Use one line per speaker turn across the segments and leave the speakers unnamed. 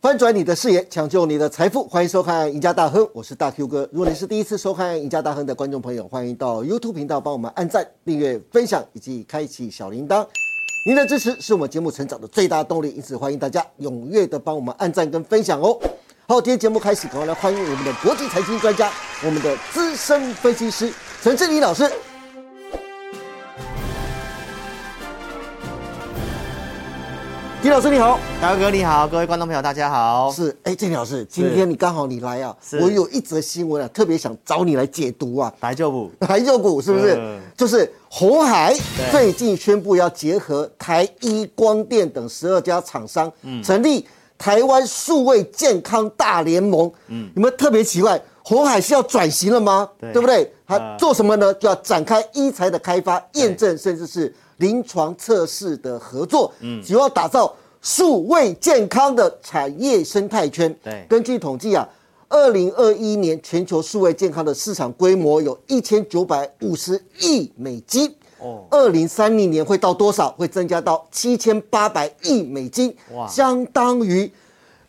翻转你的视野，抢救你的财富，欢迎收看《赢家大亨》，我是大 Q 哥。如果你是第一次收看《赢家大亨》的观众朋友，欢迎到 YouTube 频道帮我们按赞、订阅、分享以及开启小铃铛。您的支持是我们节目成长的最大动力，因此欢迎大家踊跃的帮我们按赞跟分享哦。好，今天节目开始，赶快来欢迎我们的国际财经专家，我们的资深分析师陈志林老师。李老师你好。
大哥你好，各位观众朋友大家好。
是，哎，郑老师，今天你刚好你来啊，
哦是
我有一则新闻啊，特别想找你来解读啊。
白就不
白肉股是不是？
嗯
就是红海
对
最近宣布要结合台一光电等十二家厂商，
嗯
成立台湾数位健康大联盟。嗯，有没有特别奇怪？红海是要转型了吗？
对
不对？它
呃
做什么呢？就要展开医材的开发、验证，甚至是临床测试的合作，嗯，主要打造数位健康的产业生态圈。
对
根据统计啊，二零二一年全球数位健康的市场规模有一千九百五十亿美金。
哦
二零三零年会到多少？会增加到七千八百亿美金，
哇
相当于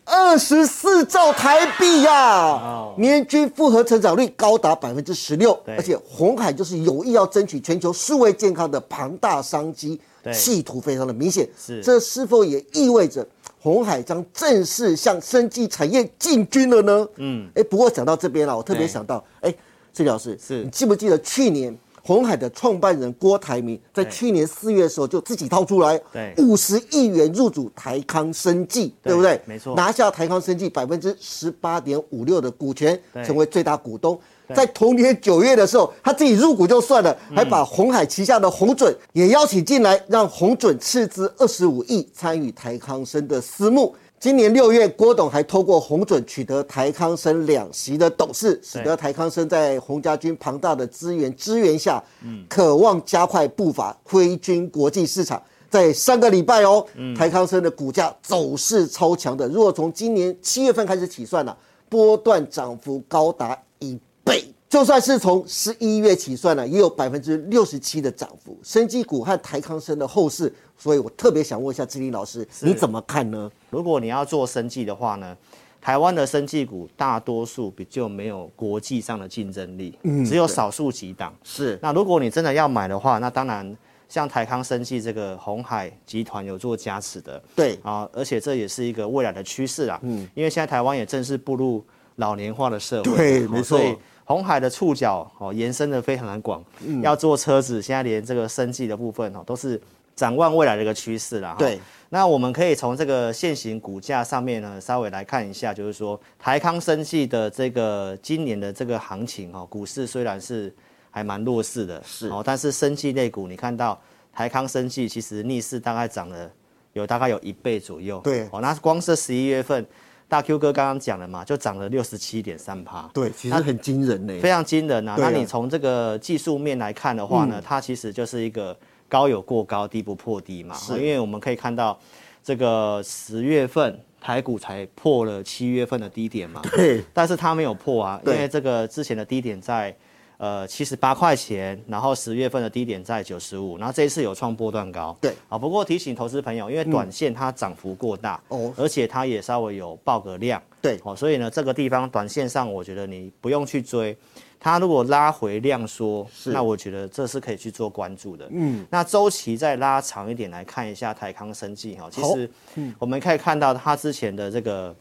二十四兆台币呀、
哦
年均复合成长率高达百分之十六，
对
而且红海就是有意要争取全球数位健康的庞大商机，
对
企图非常的明显。
是
这是否也意味着红海将正式向生技产业进军了呢？嗯，哎，不过讲到这边啦，我特别
对
想到，哎，这老师，
是
你记不记得去年？红海的创办人郭台铭在
对
去年四月的时候就自己掏出来
对
五十亿元入主台康生技，对不对
对？没错
拿下台康生技百分之十八点五六的股权，
对
成为最大股东。
对嗯
在同年九月的时候，他自己入股就算了，还把红海旗下的红准也邀请进来，让红准斥资二十五亿参与台康生的私募。今年六月，郭董还透过红准取得台康生两席的董事，使得
对
台康生在洪家军庞大的资源支援下，
嗯
渴望加快步伐挥军国际市场。在上个礼拜哦，
嗯
台康生的股价走势超强的，如果从今年七月份开始起算啊呢、波段涨幅高达一倍。就算是从十一月起算呢、也有百分之六十七的涨幅。生技股和台康生的后市，所以我特别想问一下志林老师，你怎么看呢？
如果你要做生计的话呢，台湾的生计股大多数比就没有国际上的竞争力，只有少数几档。
是
那如果你真的要买的话，那当然像台康生技这个红海集团有做加持的，
对
啊，而且这也是一个未来的趋势啦。嗯，因为现在台湾也正式步入老年化的社会，
对
哦
没错
所以红海的触角哦延伸的非常的广，
嗯
要做车子，现在连这个生技的部分哦都是展望未来的一个趋势啦。哈
对，
那我们可以从这个现行股价上面呢，稍微来看一下，就是说台康生技的这个今年的这个行情哦，股市虽然是还蛮弱势的，
是
哦，但是生技类股你看到台康生技其实逆势大概涨了有大概有一倍左右，
对
哦，那光是十一月份。大 Q 哥刚刚讲了嘛，就涨了六十七点三趴，
对，其实很惊人呢、
非常惊人啊！
对啊嗯
那你从这个技术面来看的话呢，它其实就是一个高有过高，低不破低嘛。哦因为我们可以看到，这个十月份台股才破了七月份的低点嘛，
对，
但是它没有破啊，因
对
为这个之前的低点在呃七十八块钱，然后十月份的低点在九十五，然后这一次有创波段高。
对嗯
啊，不过提醒投资朋友，因为短线它涨幅过大，
哦
而且它也稍微有爆个量。
对
哦，所以呢，这个地方短线上，我觉得你不用去追。它如果拉回量缩，那我觉得这是可以去做关注的。嗯，那周期再拉长一点来看一下台康生技哈，其
好嗯
实我们可以看到它之前的这个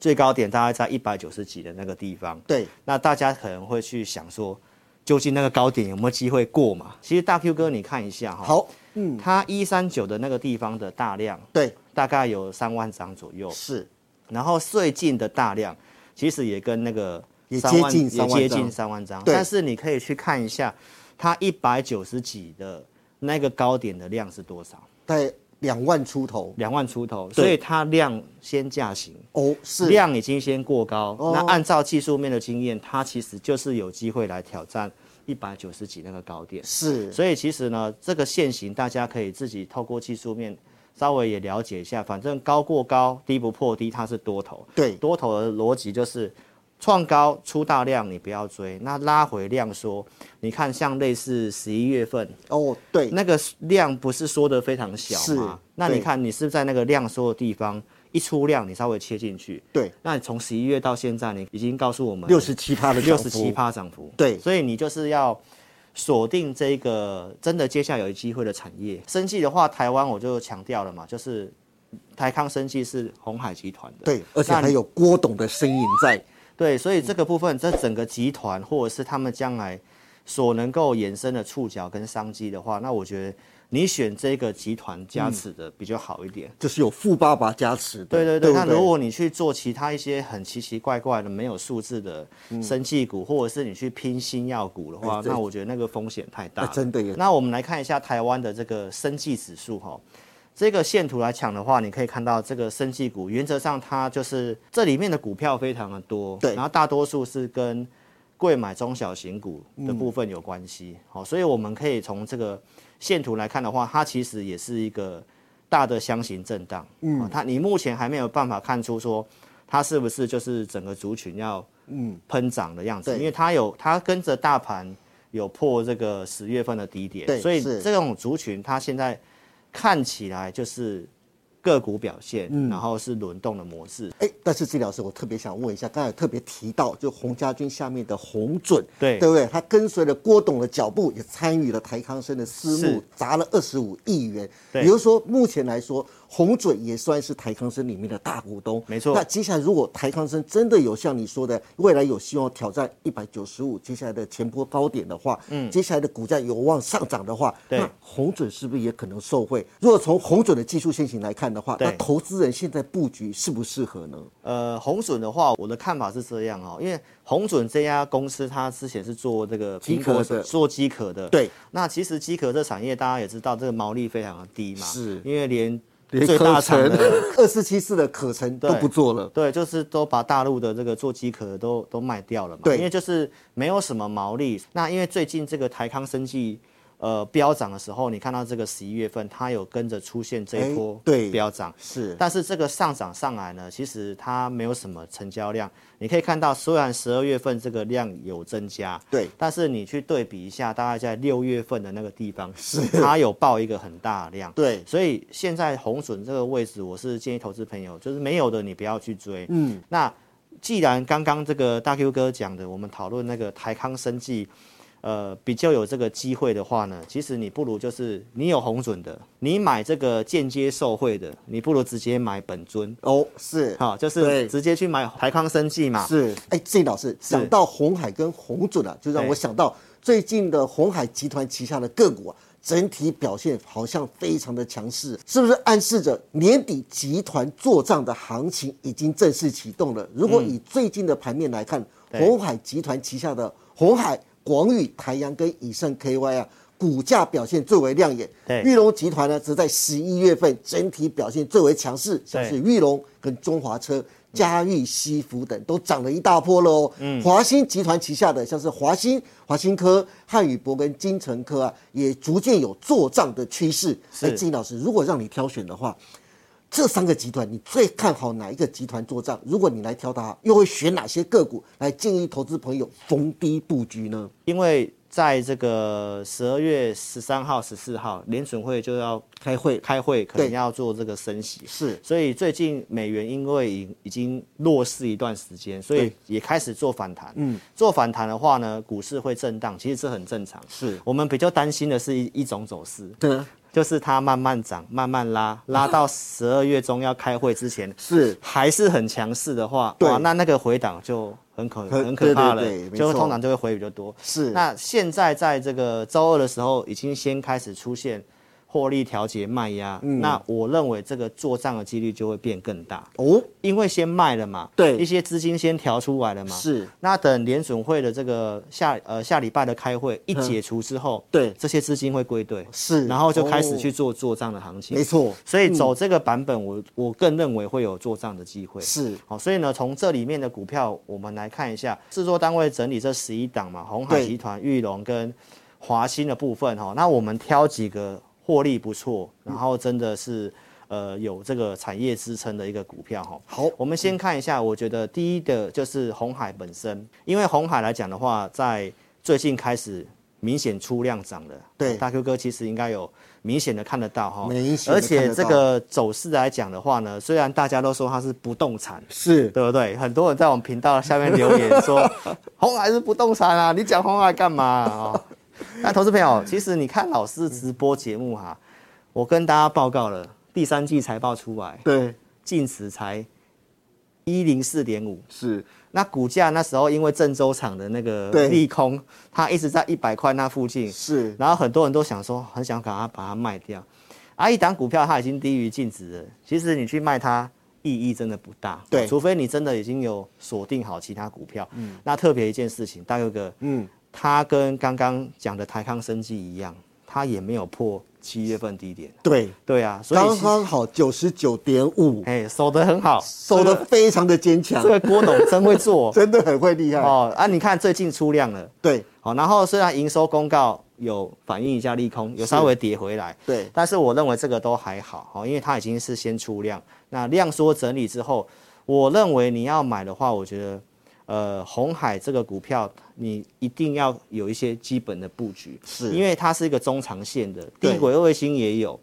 最高点大概在一百九十几的那个地方。
对，
那大家可能会去想说，究竟那个高点有没有机会过嘛？其实大 Q 哥你看一下哈，，
好，
它一三九的那个地方的大量
对，
大概有三万张左右，
是
然后最近的大量其实也跟那个
也
3万
接近3
也
万
接
张
近三万张，
对
但是你可以去看一下它一百九十几的那个高点的量是多少，
在两万出头。
两万出头，
对
所以它量先价行。
哦，是
量已经先过高，
哦
那按照技术面的经验，它其实就是有机会来挑战一百九十几那个高点。
是
所以其实呢，这个现行大家可以自己透过技术面稍微也了解一下，反正高过高，低不破低，它是多头。
对
多头的逻辑就是创高出大量，你不要追，那拉回量缩。你看像类似十一月份
哦，对，
那个量不是缩的非常小
是
吗？那你
对
看你是不是在那个量缩的地方一出量你稍微切进去，
对，
那你从十一月到现在，你已经告诉我们
六十七趴的
六
涨幅
十七趴涨幅，
对
所以你就是要锁定这个真的接下来有机会的产业。生技的话，台湾我就强调了嘛，就是台康生技是红海集团的，
对，而且
那你
还有郭董的身影在。
对，所
嗯
以这个部分，这整个集团或者是他们将来所能够衍生的触角跟商机的话，那我觉得你选这个集团加持的比较好一点。
就是有富爸爸加持的，
对对
嗯对
对，
不
那如果你去做其他一些很奇奇怪怪的、没有数字的生技股，或者是你去拼新药股的话
哎，对
那我觉得那个风险太
那
大了。
哎真的耶
那我们来看一下台湾的这个生技指数哈、这个线图来讲的话，你可以看到这个生技股，原则上它就是这里面的股票非常的多，
对
然后大多数是跟贵买中小型股的部分有关系。好、所以我们可以从这个线图来看的话，它其实也是一个大的箱型震荡。嗯，它你目前还没有办法看出说它是不是就是整个族群要嗯喷涨的样子，
对
因为它有它跟着大盘有破这个十月份的低
对
点，所以
是
这种族群它现在看起来就是个股表现，
嗯
然后是轮动的模式。
哎，但是治疗师，我特别想问一下，刚才有特别提到，就洪家军下面的洪准，
对
对不对？他跟随了郭董的脚步，也参与了台康生的私募
是，
砸了二十五亿元。
对
也就是说，目前来说，洪准也算是台康生里面的大股东。
没错
那接下来如果台康生真的有像你说的，未来有希望挑战一百九十五接下来的前波高点的话，嗯，接下来的股价有望上涨的话，
对
那洪准是不是也可能受惠？如果从洪准的技术线型来看的话，
对
那投资人现在布局适不适合呢？
呃，红准的话，我的看法是这样哦，因为红准这家公司它之前是做这个
机
苹果
壳的
做机壳的，
对。
那其实机壳这产业大家也知道，这个毛利非常的低嘛，
是
因为连
连
最大厂的
二四七四的可成都
对
不做了，
对，就是都把大陆的这个做机壳的都都卖掉了嘛。
对
因为就是没有什么毛利。那因为最近这个台康生技呃飙涨的时候，你看到这个十一月份它有跟着出现这
哎
一波
对
飙涨，
是
但是这个上涨上来呢，其实它没有什么成交量。你可以看到，虽然十二月份这个量有增加，
对
但是你去对比一下，大概在六月份的那个地方，是它有爆一个很大的量。
对
所以现在红笋这个位置，我是建议投资朋友，就是没有的你不要去追。嗯，那既然刚刚这个大 Q 哥讲的，我们讨论那个台康生技。呃，比较有这个机会的话呢，其实你不如就是你有红准的，你买这个间接受惠的，你不如直接买本尊，
哦，是
好，就
对
是直接去买台康生技嘛。
是，哎，这老师想到红海跟红准啊，就让
对
我想到最近的红海集团旗下的个股啊，整体表现好像非常的强势，是不是暗示着年底集团做账的行情已经正式启动了？如果以最近的盘面来看，
嗯对
红海集团旗下的红海、广宇、台阳跟以盛 KY 啊。股价表现最为亮眼，
对
裕隆集团呢，则在十一月份整体表现最为强势，像是
对
裕隆跟中华车、嘉裕、西孚等都涨了一大波了哦。嗯，华兴集团旗下的像是华兴、华兴科、汉语博跟金城科啊，也逐渐有做账的趋势。
是
哎，金老师，如果让你挑选的话，这三个集团你最看好哪一个集团做账？如果你来挑它，又会选哪些个股来建议投资朋友逢低布局呢？
因为在这个十二月十三号、十四号，联准会就要
开会
开会，可能
对
要做这个升息。
是
所以最近美元因为已已经弱势一段时间，所以
对
也开始做反弹。嗯，做反弹的话呢，股市会震荡，其实这很正常。
是
我们比较担心的是一一种走势，
对啊，
就是它慢慢涨、慢慢拉，拉到十二月中要开会之前，
是
还是很强势的话，
对
哇，那那个回档就很可
很
很可怕了，
对对对没
就
错
通常就会回比较多。
是
那现在在这个周二的时候，已经先开始出现获利调节卖压，
嗯
那我认为这个做账的几率就会变更大，
哦，
因为先卖了嘛，
对
一些资金先调出来了嘛，
是
那等联准会的这个下呃下礼拜的开会一解除之
嗯
后，
对
这些资金会归队，
是
然后就开始
哦
去做做账的行情。
没嗯错，
所以走这个版本我，我、更认为会有做账的机会。
是
好、所以呢，从这里面的股票，我们来看一下制作单位整理这十一档嘛，红海
对
集团、裕隆跟华兴的部分哈、那我们挑几个获利不错，然后真的是。呃，有这个产业支撑的一个股票哈。
好
我们先看一下，我觉得第一的就是红海本身，因为红海来讲的话，在最近开始明显出量涨了。
对
大 Q 哥其实应该有明显的看得到哈，
明显地
而
看得
且
到
这个走势来讲的话呢，虽然大家都说它是不动产，
是
对不对？很多人在我们频道下面留言说，红海是不动产啊，你讲红海干嘛啊、哦？那投资朋友，其实你看老师直播节目哈、我跟大家报告了，第三季财报出来，
对，
净值才一零四点五，
是
那股价那时候因为郑州厂的那个
对
利空，它一直在一百块那附近，
是
然后很多人都想说，很想赶快把它卖掉。啊，一档股票它已经低于净值了，其实你去卖它意义真的不大。
对
除非你真的已经有锁定好其他股票。嗯，那特别一件事情，大佑哥，
嗯，
它跟刚刚讲的台康生技一样，它也没有破七月份低点。
对，
对啊，所以
刚
其实
刚好九十九点五，
哎、守得很好，
守得非常的坚强
这，个郭董真 会做
真的很会厉害。
哦。啊，你看最近出量了。
对
好，然后虽然营收公告有反映一下利空，有稍微跌回来，
对
但是我认为这个都还好，哦好，因为它已经是先出量，那量缩整理之后，我认为你要买的话，我觉得，呃，红海这个股票你一定要有一些基本的布局，
是
因为它是一个中长线的，
对
低轨卫星也有，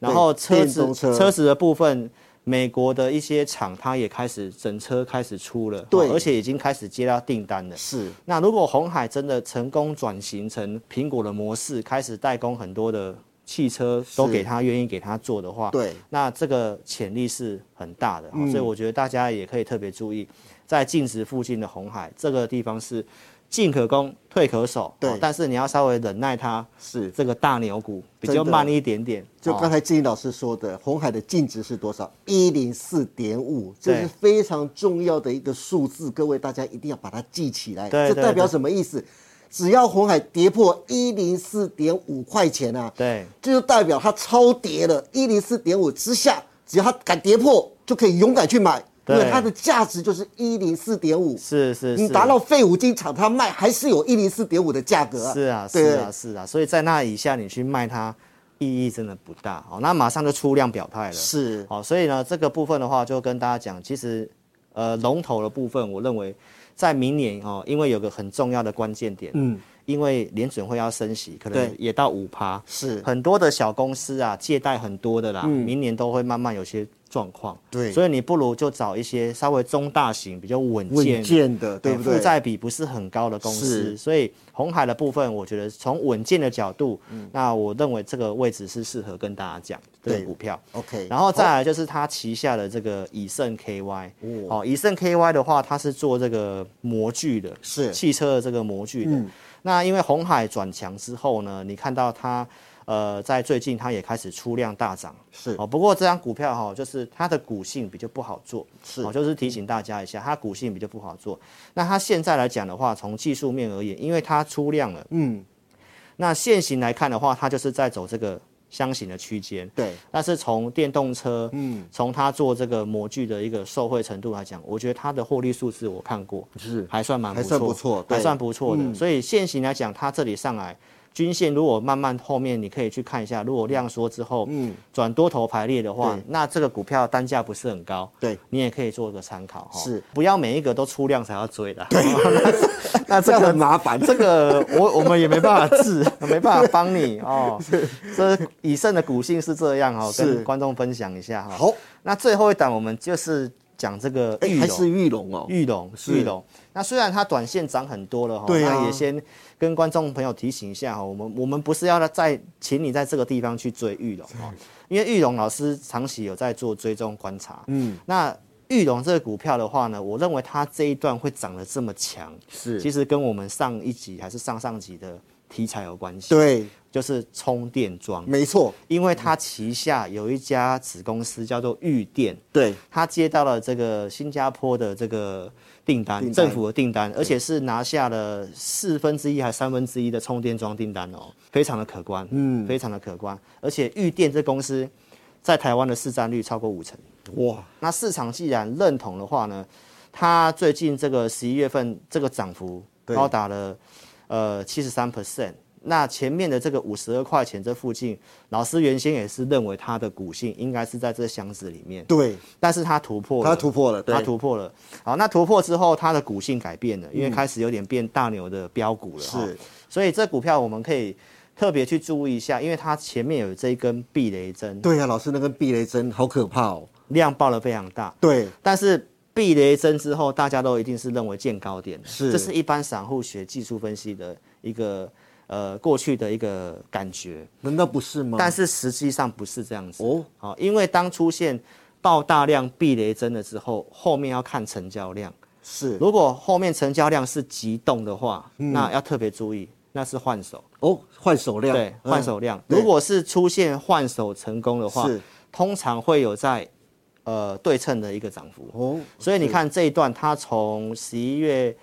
然后车
电
子
动车
子的部分。美国的一些厂，它也开始整车开始出了，哦
对
而且已经开始接到订单了。
是
那如果红海真的成功转型成苹果的模式，开始代工很多的汽车，都给他愿意给他做的话，
对，嗯
那这个潜力是很大的、所以我觉得大家也可以特别注意，在净值附近的红海这个地方是进可攻退可守，
对
哦但是你要稍微忍耐它
是。
这个大牛股比较
真的
慢一点点，
就
哦
刚才志颖老师说的，红海的净值是多少？一零四点五，这
对
是非常重要的一个数字，各位大家一定要把它记起来。
对
这
对
代表什么意思？只要红海跌破一零四点五块钱啊，
对。
这就代表它超跌了，一零四点五之下，只要它敢跌破，就可以勇敢去买，因
对
为它的价值就是一零四点五。
是是是，
你达到废五金厂，它卖还是有一零四点五的价格啊。
是啊，是
对
啊，是啊，所以在那以下你去卖它，意义真的不大。哦，那马上就出量表态了。
是
好、所以呢，这个部分的话，就跟大家讲，其实呃，龙头的部分，我认为在明年哦，因为有个很重要的关键点，嗯，因为联准会要升息，可能
对
也到五趴，
是
很多的小公司啊，借贷很多的啦，
嗯
明年都会慢慢有些状况。
对
所以你不如就找一些稍微中大型、比较稳健
稳健的，对
对
不对？
负债比不是很高的公司，
是
所以红海的部分，我觉得从稳健的角度，那我认为这个位置是适合跟大家讲
嗯
这
对
个股票。
OK，
然后再来就是它旗下的这个以盛 KY，
哦
哦，以盛 KY 的话，它是做这个模具的，
是嗯
汽车的这个模具的。那因为红海转强之后呢，你看到它，呃，在最近它也开始出量大涨，
是
哦，不过这张股票哈、就是它的股性比较不好做，
是
哦，就是提醒大家一下，它股性比较不好做。那它现在来讲的话，从技术面而言，因为它出量了，嗯，那现行来看的话，它就是在走这个箱型的区间，
对
但是从电动车，嗯，从它做这个模具的一个受惠程度来讲，我觉得它的获利数字我看过，
是
还算蛮
还算不错对嗯
还算不错的。所以现行来讲，它这里上来均线，如果慢慢后面你可以去看一下，如果量缩之后，嗯，转多头排列的话
对，
那这个股票单价不是很高，
对，
你也可以做个参考哈。
是，
不要每一个都出量才要追的。 对， 那
这
这
样
个
很麻烦。
这个我我们也没办法治， 没办法帮你哦。这以盛的股性是这样哦，
是
跟观众分享一下哈、
好，
那最后一档我们就是讲这个
哎
玉
还
龙。
是玉龙哦，
玉龙，
是
玉龙。那虽然它短线涨很多了哈，哦
对啊
那也先跟观众朋友提醒一下哦哈，我们我们不是要在请你在这个地方去追玉龙哈，因为玉龙老师长期有在做追踪观察，嗯，那。玉龙这个股票的话呢，我认为它这一段会涨得这么强，
是
其实跟我们上一集还是上上集的题材有关系，，
对，
就是充电桩，
没错，
因为它旗下有一家子公司叫做玉电，
对
他接到了这个新加坡的这个订单，
订单
政府的订单，而且是拿下了四分之一还三分之一的充电桩订单哦，非常的可观，嗯，非常的可观。而且玉电这公司在台湾的市占率超过五成，
哇，
那市场既然认同的话呢，它最近这个十一月份这个涨幅高达了呃七十三 percent。那前面的这个五十二块钱这附近，老师原先也是认为它的股性应该是在这箱子里面，
对，
但是它突破了，
它突破了，对
它突破了。好，那突破之后，它的股性改变了，因为开始有点变大牛的标股了。哈
是，
所以这股票我们可以特别去注意一下，因为它前面有这一根避雷针，
对啊，老师那根避雷针好可怕哦。
量爆的非常大，
对，
但是避雷针之后，大家都一定是认为见高点的，
是
这是一般散户学技术分析的一个呃过去的一个感觉，
难道不是吗？
但是实际上不是这样子
哦
哦，好、因为当出现爆大量避雷针了之后，后面要看成交量，
是
如果后面成交量是急动的话，
嗯
那要特别注意，那是换手。
哦，换手量，
对，
嗯
换手量。
对
如果是出现换手成功的话
是，
通常会有在呃对称的一个涨幅。
哦，
所以你看这一段，它从十一月，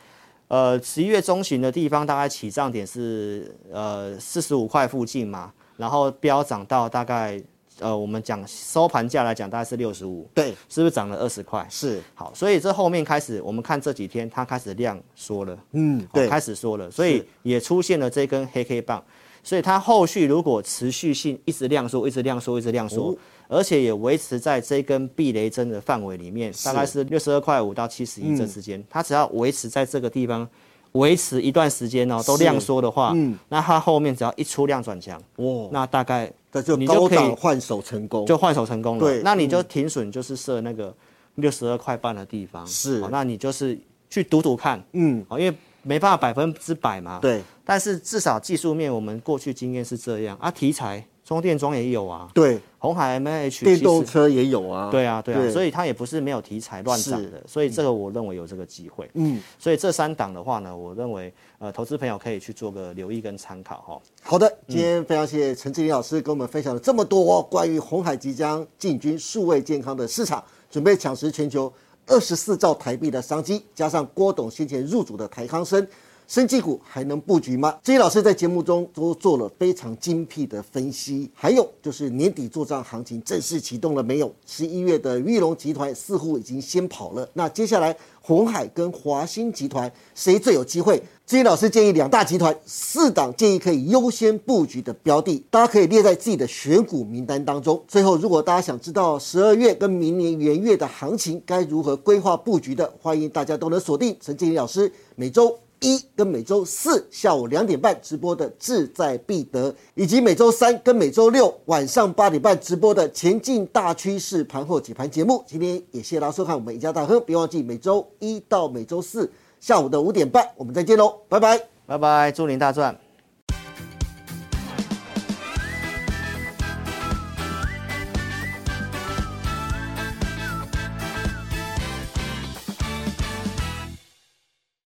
呃，十一月中旬的地方，大概起涨点是呃四十五块附近嘛，然后飙涨到大概呃我们讲收盘价来讲，大概是六十五，
对，
是不是涨了二十块？
是，
好，所以这后面开始，我们看这几天它开始量缩了。
嗯，
哦
对，
开始说了，所以也出现了这根黑 K 棒，所以它后续如果持续性一直量缩，一直量缩，一直量
哦
缩，而且也维持在这根避雷针的范围里面，大概是六十二块五到七十一这之间，
嗯
它只要维持在这个地方。维持一段时间哦，都量缩的话，
嗯
那它后面只要一出量转强，
哦，
那大概
那就
你
高
就可以
档换手成功，
就换手成功了。
对嗯
那你就停损就是设那个六十二块半的地方，
是
好那你就是去赌赌看，嗯，好，因为没办法百分之百嘛，
对
但是至少技术面，我们过去经验是这样啊。题材，充电桩也有啊，
对，
红海 M H
电动车也有啊，
对啊，对啊，所以它也不是没有题材乱涨的，所以这个我认为有这个机会。嗯，所以这三档的话呢，我认为呃，投资朋友可以去做个留意跟参考哈、
好的，今天非常谢谢陈志林老师跟我们分享了这么多关于红海即将进军数位健康的市场，准备抢食全球二十四兆台币的商机，加上郭董先前入主的台康生，生技股还能布局吗？志林老师在节目中都做了非常精辟的分析，还有就是年底做账行情正式启动了没有？十一月的裕隆集团似乎已经先跑了，那接下来红海跟华兴集团谁最有机会？志毅老师建议两大集团四档建议可以优先布局的标的，大家可以列在自己的选股名单当中。最后，如果大家想知道十二月跟明年元月的行情该如何规划布局的，欢迎大家都能锁定陈建林老师每周一跟每周四下午两点半直播的《志在必得》，以及每周三跟每周六晚上八点半直播的《前进大趋势盘后解盘》节目。今天也谢谢大家收看我们赢家大亨，别忘记每周一到每周四下午的五点半，我们再见喽，拜拜。
拜拜，祝您大赚！